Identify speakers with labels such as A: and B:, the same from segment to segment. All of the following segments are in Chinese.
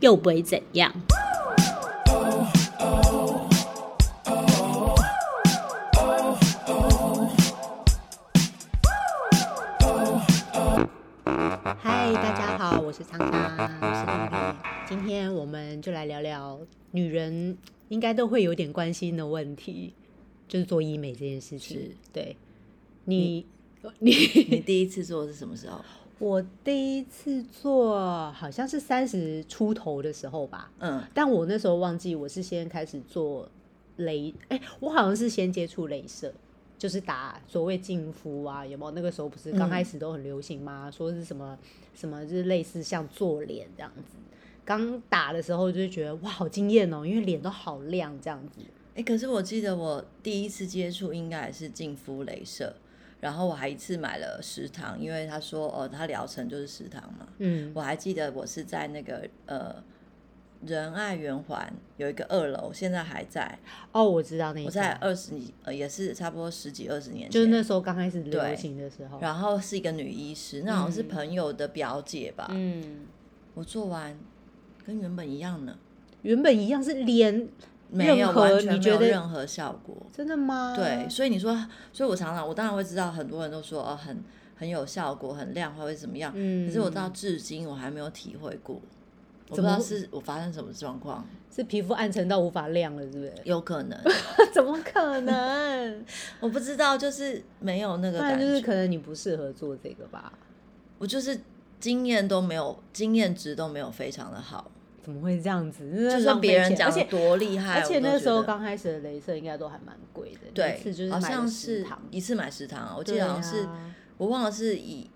A: 又不会怎样。
B: 嗨，大家好，我是苍苍，我是丽丽。今天我们就来聊聊女人应该都会有点关心的问题，就是做医美这件事情
C: 是。
B: 对，你你
C: 你第一次做是什么时候？
B: 我第一次做好像是三十出头的时候吧，
C: 嗯，
B: 但我那时候忘记我是先开始做镭，哎、我好像是先接触镭射，就是打所谓净肤啊，有没有？那个时候不是刚
C: 嗯
B: 开始都很流行吗？说是什么什么，就是类似像做脸这样子。刚打的时候就觉得哇，好惊艳哦，因为脸都好亮这样子。
C: 哎、可是我记得我第一次接触应该也是净肤镭射，然后我还一次买了十堂，因为他说哦，他疗程就是十堂嘛。
B: 嗯，
C: 我还记得我是在那个呃仁爱圆环有一个二楼，现在还在。
B: 哦，我知道那一
C: 我在
B: 家
C: 二十几呃也是差不多十几二十年前，
B: 就是那时候刚开始流
C: 对
B: 行的时候。
C: 然后是一个女医师，那好像是
B: 嗯
C: 朋友的表姐吧。
A: 嗯，
C: 我做完跟原本一样呢，
B: 原本一样是脸，
C: 没有
B: 任何
C: 完全
B: 你
C: 没
B: 觉
C: 有
B: 得
C: 任何效果。
B: 真的吗？
C: 对，所以你说，所以我常常我当然会知道，很多人都说哦，很很有效果，很亮化，会怎么样？
B: 嗯
C: 可是我到至今我还没有体会过，
B: 怎
C: 我不知
B: 么
C: 道
B: 会
C: 是我发生什么状况，
B: 是皮肤暗沉到无法亮了，是不是？
C: 有 可能
B: 怎么可能？
C: 我不知道，就是没有那个
B: 那
C: 感
B: 就是
C: 觉，
B: 可能你不适合做这个吧？
C: 我就是经验都没有，经验值都没有非常的好，
B: 怎么会这样子？
C: 就
B: 就
C: 算别人
B: 而
C: 讲得
B: 且
C: 多厉害，
B: 而且
C: 我都
B: 那时候
C: 觉得
B: 刚开始的镭射应该都还蛮贵的，
C: 对
B: 一次就是
C: 好
B: 买了
C: 像
B: 10
C: 是
B: 堂
C: 一次买十堂啊，我记
B: 对
C: 得好像是、
B: 啊
C: 我忘了是以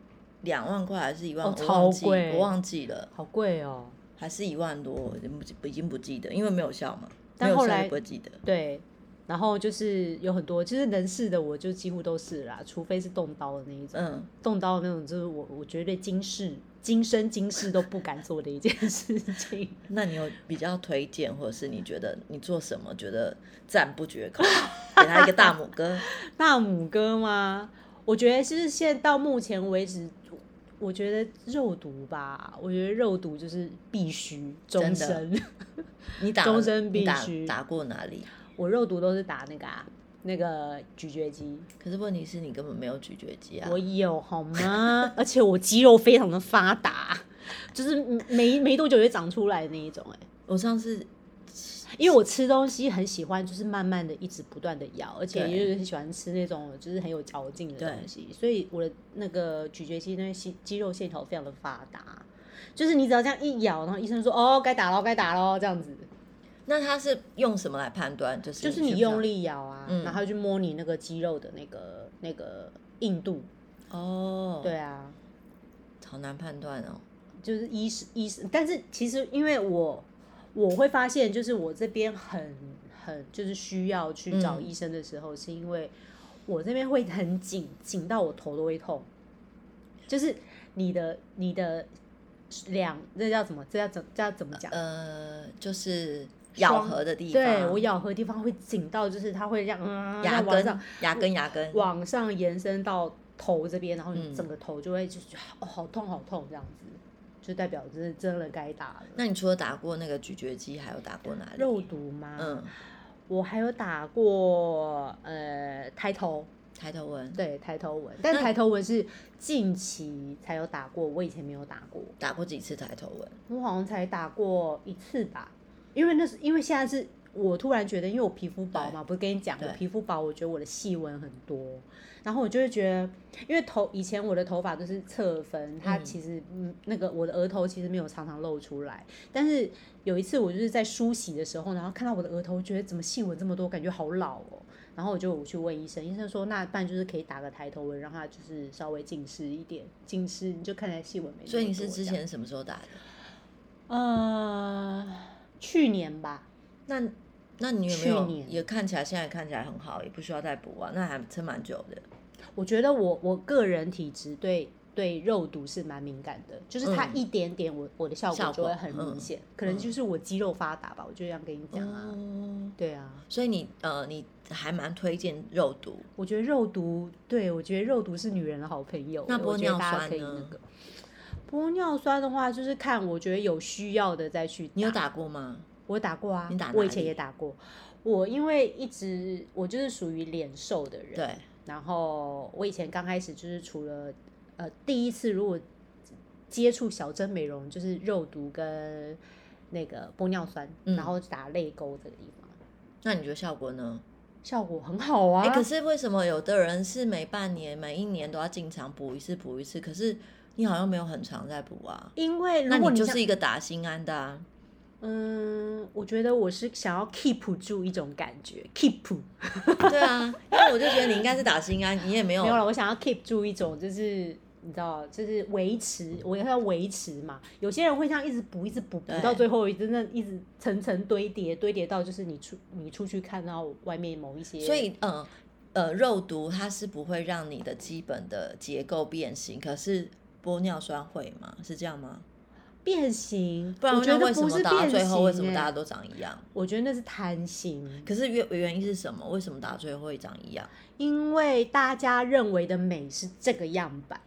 C: 两万块还是一万，
B: 哦
C: 我
B: 超
C: 忘记
B: 贵
C: 我忘记了。
B: 好贵哦。
C: 还是一万多，我已经不已经不记得，因为没有效嘛，
B: 但
C: 没有
B: 后
C: 效
B: 来
C: 就不会记得。
B: 对，然后就是有很多，其实能试的我就几乎都试啦，除非是动刀的那一种，
C: 嗯，
B: 动刀的那种就是我我绝对今世今生今世都不敢做的一件事情。
C: 那你有比较推荐，或者是你觉得你做什么觉得赞不 绝口，给他一个大拇哥？
B: 大拇哥吗？我觉得是现在到目前为止，我觉得肉毒吧，我觉得肉毒就是必须终
C: 真
B: 身。
C: 你打
B: 终身
C: 你打
B: 必须
C: 打过哪里？
B: 我肉毒都是打那个、啊、那个咀嚼肌，
C: 可是问题是你根本没有咀嚼肌啊
B: 我！有好吗？ 而且我肌肉非常的发达，就是没没多久就长出来的那一种、哎，
C: 我上次
B: 因为我吃东西很喜欢，就是慢慢的一直不断的咬，而且
C: 对
B: 就是很喜欢吃那种就是很有嚼劲的东西，所以我的那个咀嚼肌那些肌肌肉线条非常的发达。就是你只要这样一咬，然后医生说哦该打咯，该打咯，这样子，
C: 那他是用什么来判断？就是
B: 就是
C: 需
B: 你
C: 不需要
B: 用力咬啊，
C: 嗯
B: 然后去摸你那个肌肉的那个那个硬度，
C: 哦，
B: 对，啊，
C: 好难判断哦。
B: 就是医师医师，但是其实因为我我会发现，就是我这边很很就是需要去找
C: 嗯
B: 医生的时候，是因为我这边会很紧，紧到我头都会痛，就是你的你的两这叫什么？这叫怎这叫怎么讲？
C: 呃，就是咬
B: 双
C: 合的地方，啊
B: 对我咬合地方会紧到，就是它会让嗯
C: 牙
B: 让往
C: 根
B: 上、
C: 牙根、牙根，
B: 往上延伸到头这边，然后你
C: 嗯
B: 整个头就会就觉得、哦好痛好痛这样子，就代表真的真的该打了。
C: 那你除了打过那个咀嚼肌，还有打过哪里？
B: 肉毒吗？
C: 嗯，
B: 我还有打过呃抬头，
C: 抬头纹，，
B: 对抬头纹，但
C: 那
B: 抬头纹是近期才有打过，我以前没有打过，
C: 打过几次抬头纹？
B: 我好像才打过一次吧，因为那是因为现在是我突然觉得，因为我皮肤薄嘛，不是跟你讲我
C: 对
B: 皮肤薄，我觉得我的细纹很多，然后我就会觉得，因为头以前我的头发都是侧分，它
C: 嗯
B: 其实嗯那个我的额头其实没有常常露出来，但是有一次我就是在梳洗的时候，然后看到我的额头，觉得怎么细纹这么多，感觉好老哦。然后我就去问医生，医生说那不然就是可以打个抬头纹，让它就是稍微近视一点，近视你就看起来细纹没那么多。
C: 所以你是之
B: 这样
C: 前什么时候打的？
B: 呃，去年吧，
C: 那那你有没
B: 去
C: 有
B: 年
C: 也看起来现在看起来很好，也不需要再补啊？那还撑蛮久的。
B: 我觉得我我个人体质对对肉毒是蛮敏感的，就是它
C: 嗯
B: 一点点我，我的效果
C: 效
B: 就会
C: 果
B: 很
C: 嗯
B: 明显，可能
C: 嗯
B: 就是我肌肉发达吧，我就这样跟你讲啊，
C: 哦，
B: 对啊，
C: 所以你呃，你还蛮推荐肉毒，
B: 我觉得肉毒，对我觉得肉毒是女人的好朋友，
C: 那
B: 我
C: 玻
B: 觉得
C: 尿
B: 大家
C: 酸
B: 可以
C: 呢
B: 那个。玻尿酸的话，就是看我觉得有需要的再去。
C: 你有打过吗？
B: 我打过啊，
C: 你打
B: 我以
C: 哪
B: 前
C: 里
B: 也打过。我因为一直我就是属于脸瘦的人，
C: 对，
B: 然后我以前刚开始就是除了呃第一次如果接触小针美容，就是肉毒跟那个玻尿酸，
C: 嗯
B: 然后打泪沟这个地方，
C: 那你觉得效果呢？
B: 效果很好啊。
C: 哎、可是为什么有的人是每半年、每一年都要进场补一次、补一次？可是你好像没有很常在补啊。
B: 因为
C: 那
B: 如果
C: 你就
B: 像
C: 是一个打心安的啊。
B: 嗯，我觉得我是想要 keep 住一种感觉，keep
C: 对啊，因为我就觉得你应该是打心安，你也没有
B: 没有了，我想要 keep 住一种就是。你知道，就是维持，我要维持嘛。有些人会这样一直补，一直补，补
C: 对
B: 到最后，真的一直层层堆叠，堆叠到就是你出你出去看到外面某一些，
C: 所以呃呃，肉毒它是不会让你的基本的结构变形，可是玻尿酸会吗？是这样吗？
B: 变形。
C: 不然
B: 我觉
C: 那
B: 得
C: 为什
B: 不
C: 么
B: 是
C: 打到
B: 变
C: 最后为什
B: 形
C: 么大
B: 欸
C: 家都长一样？
B: 我觉得那是贪心，
C: 可是原原因是什么？为什么打到最后会长一样？
B: 因为大家认为的美是这个样板，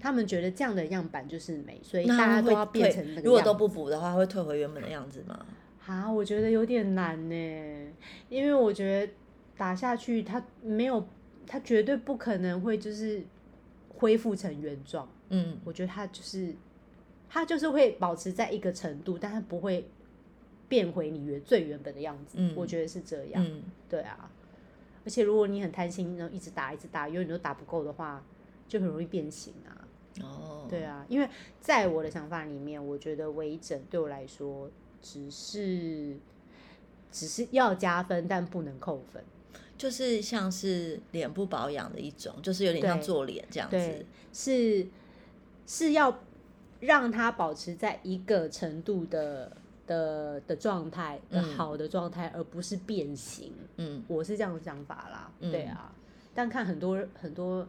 B: 他们觉得这样的样板就是美，所以
C: 那
B: 大家
C: 它
B: 都
C: 会
B: 要变
C: 退
B: 成那个
C: 如果
B: 样
C: 都
B: 子
C: 不补的话，会退回原本的样子吗？
B: 啊，我觉得有点难呢，因为我觉得打下去，它没有，它绝对不可能会就是恢复成原状。
C: 嗯，
B: 我觉得它就是，它就是会保持在一个程度，但它不会变回你原最原本的样子。
C: 嗯
B: 我觉得是这样。
C: 嗯，
B: 对啊，而且如果你很贪心，然后一直打一直打，永远都打不够的话，就很容易变形啊。
C: 哦，
B: 对啊，因为在我的想法里面，我觉得微整对我来说只是只是要加分，但不能扣分。
C: 就是像是脸部保养的一种，就是有点像
B: 对
C: 做脸这样子
B: 对。，是是要让它保持在一个程度的的的状态的
C: 嗯
B: 好的状态，而不是变形。
C: 嗯，
B: 我是这样的想法啦，
C: 嗯
B: 对啊。但看很多很多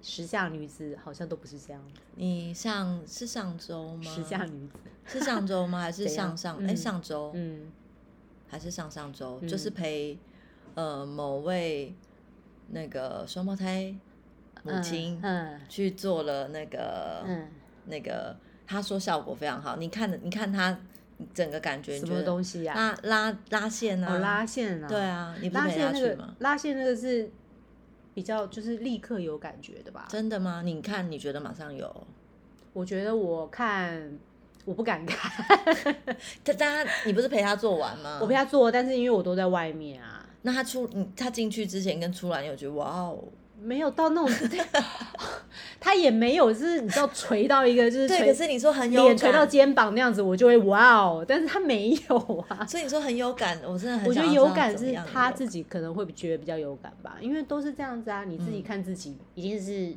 B: 时下女子好像都不是这样，
C: 你上是上周吗？
B: 时下女子，
C: 是上周吗？还是
B: 怎样
C: 上上？
B: 嗯
C: 哎、上周、
B: 嗯，
C: 还是上上周？
B: 嗯
C: 就是陪呃某位那个双胞胎母亲
B: 嗯
C: 去做了那个、
B: 嗯。嗯
C: 那个，她说效果非常好。你看，你看她整个感觉，你
B: 什
C: 觉
B: 么
C: 得
B: 东西呀、
C: 拉拉拉线啊，
B: 哦，拉线啊，
C: 对，啊，你不是
B: 拉
C: 陪她
B: 线那
C: 去
B: 个
C: 吗？
B: 拉线那个是比较就是立刻有感觉的吧？
C: 真的吗？你看，你觉得马上有？
B: 我觉得我看我不敢看，
C: 嗯但但她，你不是陪她做完吗？
B: 我陪他做，但是因为我都在外面啊，
C: 那她出，你她进去之前跟出来，你有觉得哇哦？
B: 没有到那种， 他也没有就是你知道垂到一个就是
C: 对，
B: 垂
C: 可是你说很有
B: 脸垂
C: 感
B: 到肩膀那样子，我就会哇哦，但是他没有啊。
C: 所以你说很有感，我真的很
B: 我觉
C: 想
B: 得
C: 要知道
B: 有感
C: 怎
B: 是
C: 么样的
B: 他
C: 有
B: 自己可能会觉得比较有感吧，因为都是这样子啊，你自己
C: 嗯
B: 看自己一定是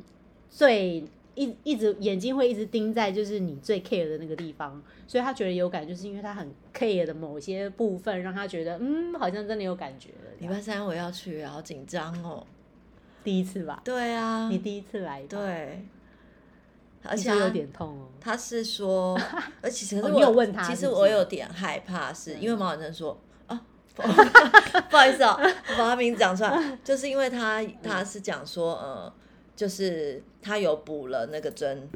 B: 最一一直眼睛会一直盯在就是你最 care 的那个地方，所以他觉得有感，就是因为他很 care 的某些部分，让他觉得嗯，好像真的有感觉了。
C: 礼拜三我要去，好紧张哦。
B: 第一次吧，
C: 对啊，
B: 你第一次来吧，
C: 对，而
B: 而
C: 且
B: 且
C: 他
B: 有点痛哦。
C: 他 是说，而且可
B: 哦
C: 是
B: 你
C: 我、
B: 有问他
C: 其
B: 是
C: 实
B: 不
C: 我
B: 是
C: 有点害怕是，因为
B: 嗯
C: 毛远 征说啊。不不好意思哦，我把他名字讲 出来，就是因为他
B: 嗯
C: 他是讲说，呃，就是他有补了那个针，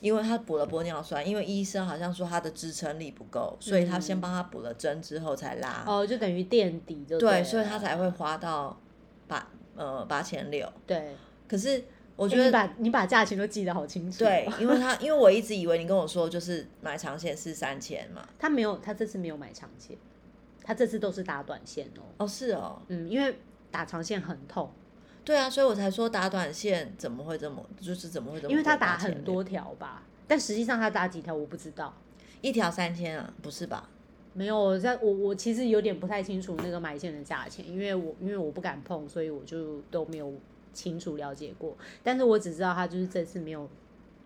C: 因为他补了玻尿酸，因为医生好像说他的支撑力不够，所以他先
B: 嗯
C: 帮他补了针之后才拉。
B: 哦，就等于垫底就
C: 对，
B: 了
C: 所以他才会花到八呃八千六。
B: 对。
C: 可是我
B: 我
C: 觉
B: 你
C: 得、
B: 把你把价钱都记得好清楚。
C: 对，，因为他因为我一直以为你跟我说就是买长线是三千嘛，
B: 他没有，他这次没有买长线，他这次都是打短线哦。
C: 哦是哦，
B: 嗯，因为打长线很痛，
C: 对啊，所以我才说打短线怎么会这么就是怎么会这么贵，
B: 因为他打
C: 8600
B: 很多条吧，但实际上他打几条我不知道。
C: 一条三千啊，不是吧？
B: 没有，我在我我其实有点不太清楚那个买线的价钱，因为我因为我不敢碰，所以我就都没有清楚了解过。但是我只知道他就是这次没有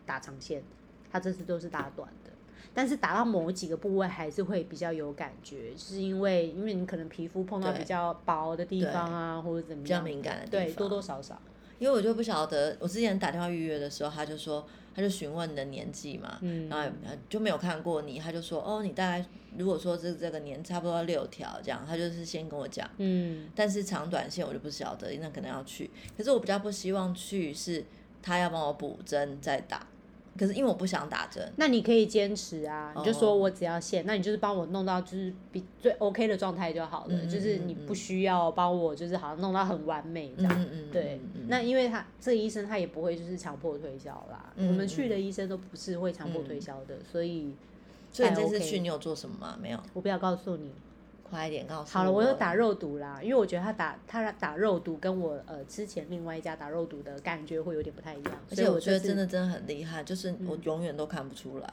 B: 打长线，他这次都是打短的。但是打到某几个部位还是会比较有感觉，是因为因为你可能皮肤碰到
C: 对
B: 比较薄的地
C: 对
B: 方啊，或者怎么样，
C: 比较敏感的地
B: 对，
C: 方
B: 多多少少，
C: 因为我就不晓得，我之前打电话预约的时候，他就说，他就询问你的年纪嘛，
B: 嗯
C: 然后也就没有看过你，他就说，哦，你大概如果说是这个年差不多六条这样，他就是先跟我讲，
B: 嗯，
C: 但是长短线我就不晓得，那可能要去。可是我比较不希望去是他要帮我补针再打，可是因为我不想打针，
B: 那你可以坚持啊，你就
C: 哦
B: 说我只要线，那你就是帮我弄到就是比最 OK 的状态就好了，
C: 嗯
B: 就是你不需要帮我就是好像弄到很完美这
C: 嗯
B: 样。
C: 嗯嗯，
B: 对
C: 嗯，
B: 那因为他这个医生他也不会就是强迫推销啦，
C: 嗯
B: 我们去的医生都不是会强迫推销的，所以
C: 所以你
B: 还
C: 哎这次
B: OK
C: 去你有做什么吗？没有，
B: 我不要告诉你。
C: 快一点告诉
B: 好了，
C: 我
B: 我有打肉毒啦，因为我觉得他打他打肉毒跟我呃之前另外一家打肉毒的感觉会有点不太一样，
C: 而
B: 所以
C: 且我
B: 我
C: 觉得
B: 这次嗯
C: 真的，真的很厉害，就是我永远都看不出来，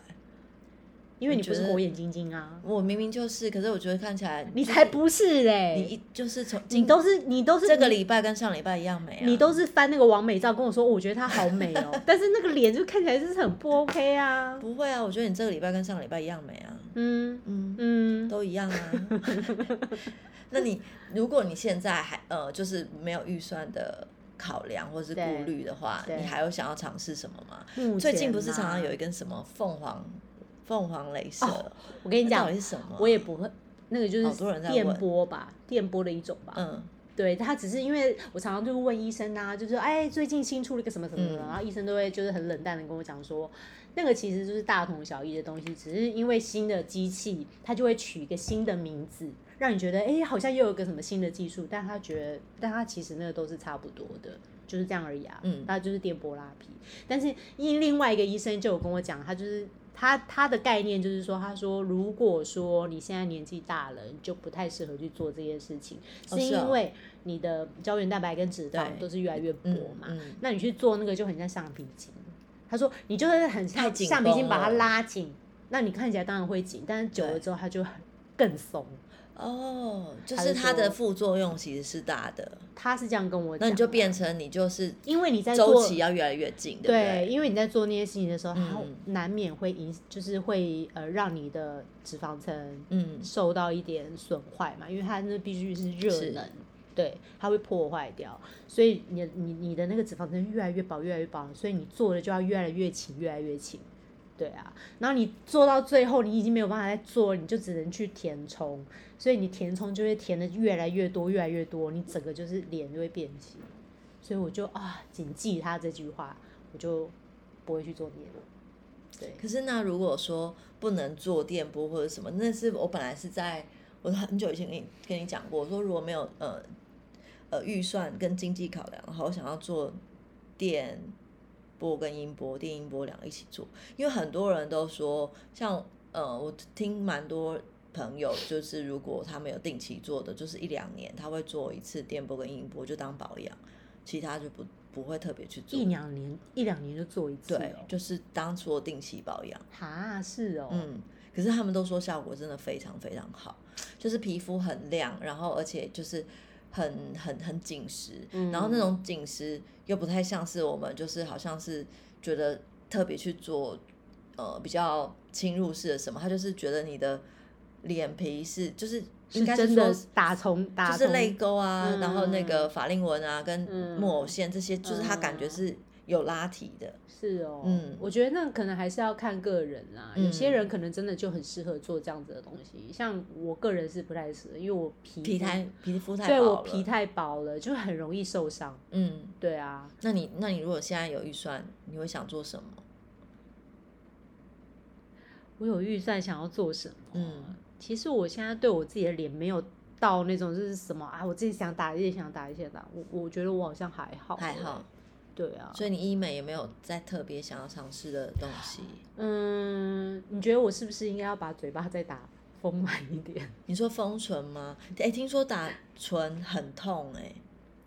B: 因为你
C: 我
B: 不
C: 觉
B: 是
C: 得
B: 火眼金睛啊，
C: 我明明就是，可是我觉得看起来
B: 你
C: 就是
B: 才不是嘞，
C: 你一就是从
B: 你都是你都是
C: 这个
B: 你
C: 礼拜跟上礼拜一样美啊，
B: 你都是翻那个完美照跟我说，哦我觉得她好美 哦，但是那个脸就看起来就是很不 OK 啊。
C: 不会啊？我觉得你这个礼拜跟上礼拜一样美啊，
B: 嗯
C: 嗯，
B: 嗯，
C: 都一样 啊。那你如果你现在还呃就是没有预算的考量或是顾
B: 对
C: 虑的话，
B: 对
C: 你还有想要尝试什么吗？
B: 目
C: 最近
B: 前
C: 不是常常
B: 啊
C: 有一根什么凤凰凤凰镭射？
B: 我跟你
C: 那到
B: 讲
C: 底，是什么？
B: 我也不会，那个就
C: 好多人
B: 是
C: 在
B: 电
C: 问
B: 波吧，电波的一种吧。
C: 嗯
B: 对他只是因为我常常就问医生啊，就是说哎，最近新出了一个什么什么什么，
C: 嗯
B: 然后医生都会就是很冷淡的跟我讲说，那个其实就是大同小异的东西，只是因为新的机器，它就会取一个新的名字，让你觉得哎，好像又有个什么新的技术，但他觉得，但他其实那个都是差不多的，就是这样而已啊。
C: 嗯
B: 那就是电波拉皮。但是因另外一个医生就有跟我讲，他就是他他的概念就是说，他说如果说你现在年纪大了，你就不太适合去做这件事情，
C: 哦
B: 是
C: 是哦
B: 因为你的胶原蛋白跟脂肪
C: 对
B: 都是越来越薄
C: 嗯
B: 嘛。
C: 嗯，
B: 那你去做那个就很像橡皮筋。他说你就是很
C: 太
B: 像
C: 紧
B: 橡皮筋
C: 绷
B: 把它
C: 了
B: 拉紧，那你看起来当然会紧，但是久了
C: 对
B: 之后它就很更松。
C: 哦，就
B: 还
C: 是
B: 是
C: 它的
B: 说
C: 副作用其实是大的，
B: 他是这样跟我讲，
C: 那你就变成你就是
B: 因为你在
C: 周
B: 做
C: 期要越来越近，对不
B: 对，
C: 对？
B: 因为你在做那些事情的时候，它
C: 嗯
B: 难免会影，就是会呃让你的脂肪层
C: 嗯，
B: 受到一点损坏嘛，因为它那必须是热
C: 是
B: 能，对，它会破坏掉，所以你的你你的那个脂肪层越来越薄，越来越薄，所以你做的就要越来越勤，越来越勤。对啊，然后你做到最后，你已经没有办法再做，你就只能去填充，所以你填充就会填的越来越多，越来越多，你整个就是脸就会变形。所以我就啊，谨记他这句话，我就不会去做孽了。对，
C: 可是那如果说不能做电波或者什么，那是我本来是在我很久以前跟你跟你讲过，我说如果没有呃呃预算跟经济考量的话，我想要做电波跟音波，电音波两个一起做，因为很多人都说，像呃我听蛮多。朋友就是，如果他们有定期做的，就是一两年他会做一次电波跟音波，就当保养，其他就不不会特别去做
B: 一。两年一两年就做一次、哦，
C: 对，就是当做定期保养。
B: 哈是哦，
C: 嗯，可是他们都说效果真的非常非常好，就是皮肤很亮，然后而且就是很很很紧实，
B: 嗯
C: 然后那种紧实又不太像是我们就是好像是觉得特别去做呃比较侵入式的什么，他就是觉得你的脸皮是就是应
B: 是
C: 该
B: 真
C: 说
B: 的打从打
C: 就是
B: 从
C: 泪沟啊，然后那个
B: 嗯
C: 法令纹啊跟
B: 嗯
C: 木偶线这些，就是他感觉
B: 嗯
C: 是有拉提的，
B: 是哦，
C: 嗯
B: 我觉得那可能还是要看个人啦、
C: 嗯
B: 有些人可能真的就很适合做这样子的东西，像我个人是不太适合，因为我皮
C: 皮
B: 肤
C: 太皮肤太
B: 对
C: 薄
B: 我
C: 了，
B: 皮太薄了，就很容易受伤。
C: 嗯。
B: 对啊，
C: 那你那你如果现在有预算，你会想做什么？
B: 我有预算想要做什么？
C: 嗯，
B: 其实我现在对我自己的脸没有到那种就是什么啊，我自己想打，自己想打，自己想打。我我觉得我好像还好，
C: 还好，，
B: 对啊。
C: 所以你医美也没有在特别想要尝试的东西。
B: 嗯，你觉得我是不是应该要把嘴巴再打丰满一点？
C: 你说封唇吗？哎、听说打唇很痛哎、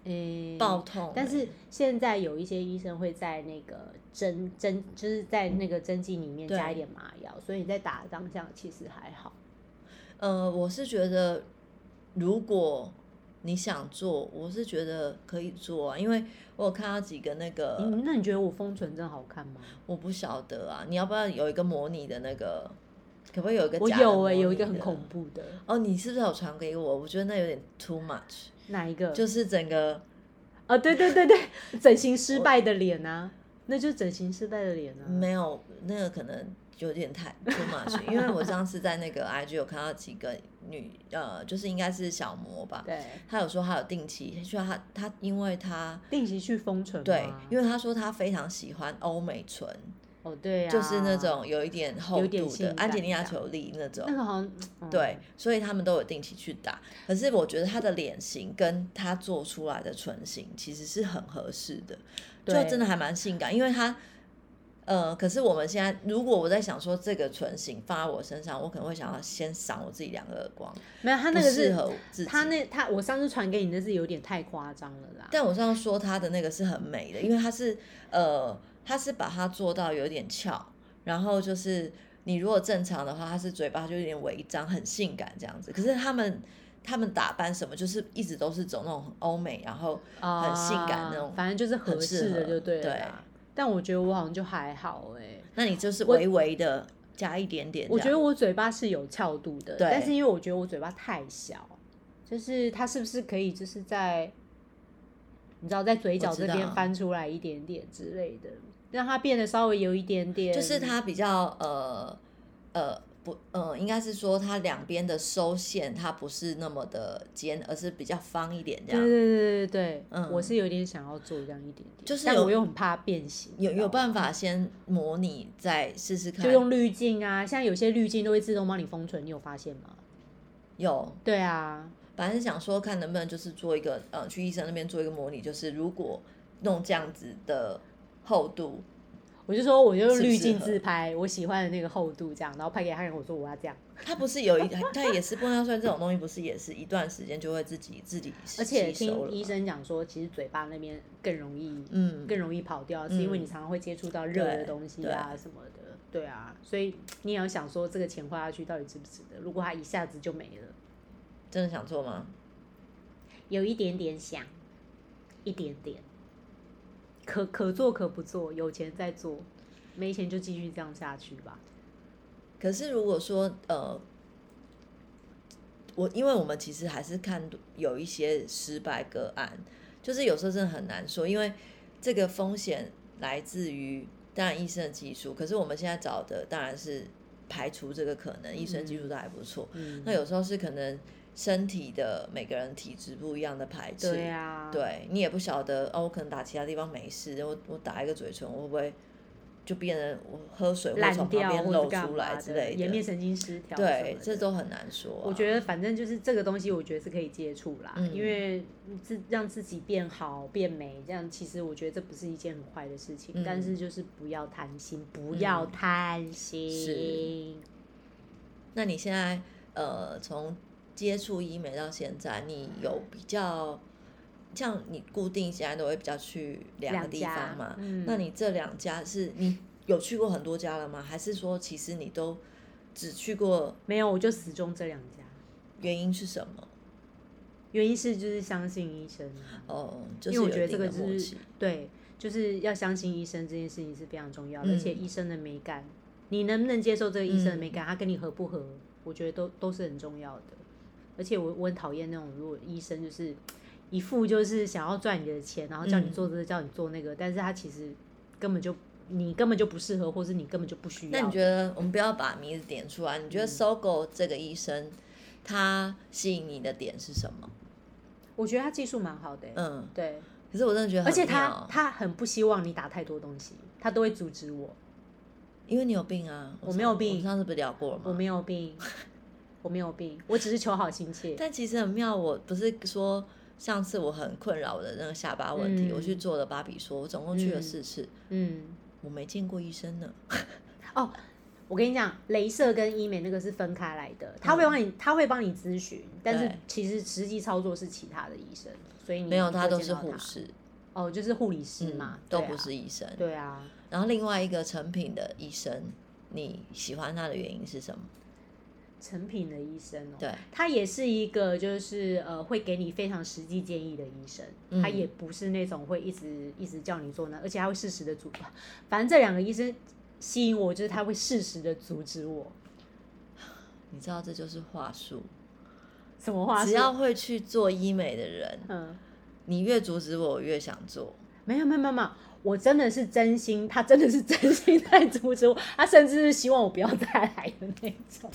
B: 诶、
C: 爆痛欸、
B: 嗯但是现在有一些医生会在那个针针，就是在那个针剂里面
C: 对
B: 加一点麻药，所以你在打的当下其实还好。
C: 呃，我是觉得如果你想做，我是觉得可以做啊，因为我有看到几个那个，
B: 嗯，那你觉得我丰唇真的好看吗？
C: 我不晓得啊，你要不要有一个模拟的那个？可不可以有一个
B: 我
C: 假的
B: 有诶、
C: 模
B: 有一
C: 拟
B: 个很
C: 的
B: 恐怖的，
C: 哦，你是不是有传给我？我觉得那有点 too much，
B: 哪一个？
C: 就是整个
B: 啊，对对对对， 整形失败的脸啊，那就是整形失败的脸啊。
C: 没有，那个可能有点太 too much，因为我上次在那个 IG 有看到几个女，呃，就是应该是小模吧，
B: 对，
C: 她有说她有定期，就她她因为她
B: 定期去封唇吗。
C: 对，因为她说她非常喜欢欧美唇，
B: 哦，对呀、
C: 就是那种有一点厚
B: 有点
C: 度
B: 性
C: 的
B: 感
C: 安吉
B: 这
C: 丽娜
B: 样
C: 裘丽那种
B: 那。个好像、嗯
C: 对，所以他们都有定期去打。可是我觉得她的脸型跟她做出来的唇型其实是很合适的，就
B: 对
C: 真的还蛮性感。因为她，呃，可是我们现在如果我在想说这个唇型放在我身上，我可能会想要先赏我自己两个耳光，
B: 没有他
C: 不
B: 那个
C: 适
B: 是
C: 合我自己。
B: 他那他我上次传给你那是有点太夸张了啦。
C: 但我上次说她的那个是很美的，因为她是呃，她是把它做到有点翘，然后就是你如果正常的话，她是嘴巴就有点微张，很性感这样子。可是他们他们打扮什么，就是一直都是走那种很欧美，然后
B: 啊，
C: 很性感那种
B: 反正就是合
C: 很适
B: 适的
C: 合
B: 就对了
C: 对
B: 啦。但我觉得我好像就还好哎、
C: 那你就是微微的加一点点这样。
B: 我觉得我嘴巴是有翘度的，
C: 对
B: 但是因为我觉得我嘴巴太小，就是它是不是可以就是在，你知道在嘴角
C: 我知
B: 这
C: 道
B: 边翻出来一点点之类的，让它变得稍微有一点点，
C: 就是它比较呃呃不呃，应该是说它两边的收线它不是那么的尖，而是比较方一点这
B: 对
C: 样。
B: 对对对对，
C: 嗯
B: 我是有点想要做这样一点点，
C: 就是
B: 但
C: 有
B: 我又很怕变形，
C: 有有
B: 法。
C: 办法先模拟再试试看，
B: 就用滤镜啊，像有些滤镜都会自动帮你封存，你有发现吗？
C: 有
B: 对啊，
C: 反正想说看能不能就是做一个呃，去医生那边做一个模拟，就是如果弄这样子的厚度，
B: 我就说我就用
C: 适不
B: 滤
C: 适
B: 镜
C: 合
B: 自拍我喜欢的那个厚度这样，然后拍给他看，我说我要这样，
C: 它不是有一它也是玻尿酸这种东西，不是也是一段时间就会自己自己
B: 而且
C: 吸收
B: 听
C: 了
B: 医
C: 吗
B: 生讲说，其实嘴巴那边更容易，
C: 嗯
B: 更容易跑掉，是因为你常常会接触到热的
C: 对
B: 东西啊什么的，对啊，所以你也要想说这个钱花下去到底值不值得？如果它一下子就没了，
C: 真的想做吗？
B: 有一点点想，一点点，可可做可不做，有钱再做，没钱就继续这样下去吧。
C: 可是如果说呃，我因为我们其实还是看有一些失败个案，就是有时候真的很难说，因为这个风险来自于当然医生的技术，可是我们现在找的当然是排除这个可能，医生技术都还不错。
B: 嗯，
C: 那有时候是可能身体的每个人体质不一样的排斥，
B: 对啊，
C: 对你也不晓得哦，我可能打其他地方没事，我我打一个嘴唇，我会不会就变成我喝水会
B: 烂
C: 从旁
B: 掉
C: 边
B: 或者
C: 漏
B: 是干
C: 出来
B: 嘛
C: 之
B: 的，
C: 类
B: 颜面神经失调什么的，
C: 对，这都很难说、啊
B: 我觉得，反正就是这个东西，我觉得是可以接触啦，
C: 嗯
B: 因为自让自己变好、变美，这样其实我觉得这不是一件很坏的事情，
C: 嗯
B: 但是就是不要贪心，不要贪心。
C: 那你现在呃，从接触医美到现在，你有比较像你固定现在都会比较去两个
B: 两
C: 地
B: 家
C: 方嘛？
B: 嗯
C: 那你这两家是你有去过很多家了吗？还是说其实你都只去过？
B: 没有，我就始终这两家，
C: 原因是什么？
B: 原因是就是相信医生啊、
C: 哦，就是
B: 因为我
C: 有
B: 觉得
C: 一
B: 这
C: 定
B: 个
C: 的
B: 就
C: 默
B: 是
C: 契
B: 对，就是要相信医生这件事情是非常重要的，
C: 嗯
B: 而且医生的美感，你能不能接受这个医生的美感，他跟你合不合，我觉得都都是很重要的。而且我我很讨厌那种如果医生就是一副就是想要赚你的钱，然后叫你
C: 嗯
B: 做这个、叫你做那个，但是他其实根本就你根本就不适合，或是你根本就不需要。
C: 那你觉得我们不要把名字点出来？你
B: 嗯
C: 觉得搜狗这个医生，他吸引你的点是什么？
B: 我觉得他技术蛮好的、欸
C: 嗯，
B: 对，
C: 可是我真的觉得很
B: 而且
C: 妙
B: 他他很不希望你打太多东西，他都会阻止我。
C: 因为你有病啊，
B: 我
C: 上
B: 没有病
C: 我们上次不是聊过了吗？
B: 我没有 病，我没有病，我只是求好心切。
C: 但其实很妙，我不是说上次我很困扰我的那个下巴问题，
B: 嗯
C: 我去做了芭比说，我总共去了四次，
B: 嗯，
C: 我没见过医生呢。
B: 哦，我跟你讲，镭射跟医美那个是分开来的，他会帮你，他会帮你咨询，但是
C: 嗯对
B: 其实实际操作是其他的医生，所以你
C: 没有，
B: 不会
C: 他都
B: 见
C: 是
B: 到
C: 护
B: 他。
C: 士，
B: 哦，就是护理师嘛，
C: 嗯都
B: 对啊
C: 不是。医生。
B: 对啊，
C: 然后另外一个成品的医生，你喜欢他的原因是什么？
B: 成品的医生哦，
C: 对，
B: 他也是一个就是呃会给你非常实际建议的医生，
C: 嗯
B: 他也不是那种会一直一直叫你做那，而且他会适时的阻，反正这两个医生吸引我，就是他会适时的阻止我。
C: 你知道这就是话术，
B: 什么话术？
C: 只要会去做医美的人，
B: 嗯，
C: 你越阻止我，我越想做。
B: 没有没有没有没有，我真的是真心，他真的是真心在阻止我， 他甚至是希望我不要再来的那种。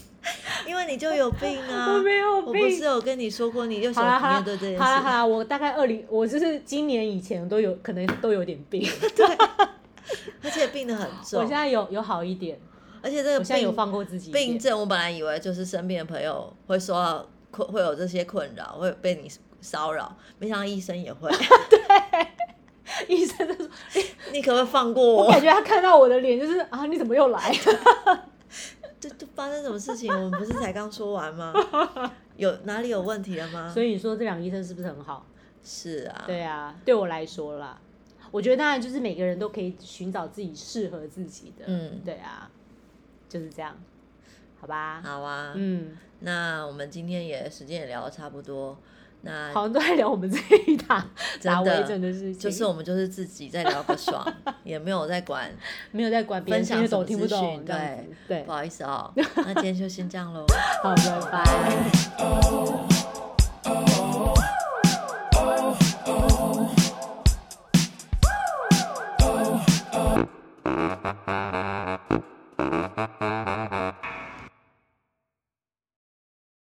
C: 因为你就有病啊！
B: 我没有
C: 我不
B: 病
C: 是有跟你说过，你就
B: 好
C: 想
B: 啦好啦
C: 面对这件事。
B: 好 啦好啦，我大概二零，我就是今年以前都有可能都有点病。
C: 而且病得很
B: 我
C: 重
B: 现，在有有好一点，
C: 而哦且这
B: 我
C: 个
B: 现在有
C: 病
B: 放过自己一
C: 病
B: 点。
C: 症，我本来以为就是身边的朋友会受到困，会有这些困扰，会被你骚扰，没想到医生 也会。
B: 医生就说，
C: 你可不可以放过我
B: 我？感觉他看到我的脸就是啊，你怎么又 来？
C: 这这发生什么事情？我们不是才刚说 完吗？有哪里有问题了吗？
B: 所以你说这两个医生是不是很好？
C: 是啊，
B: 对啊，对我来说啦，我觉得当然就是每个人都可以寻找自己适合自己的。
C: 嗯
B: 对啊，就是这样，好吧？
C: 好啊，
B: 嗯，
C: 那我们今天也时间也聊的差不多，那
B: 好像都在聊我们这一打 打
C: 嗯的
B: 微整的事情，
C: 就是我们就是自己在聊个爽， 也没有在管，
B: 没有在管别人
C: 分享
B: 听得
C: 什
B: 懂
C: 么
B: 听不
C: 资讯
B: 懂这样子。对
C: 不，好意思哦，那今天就先这样喽。
B: 好，拜拜。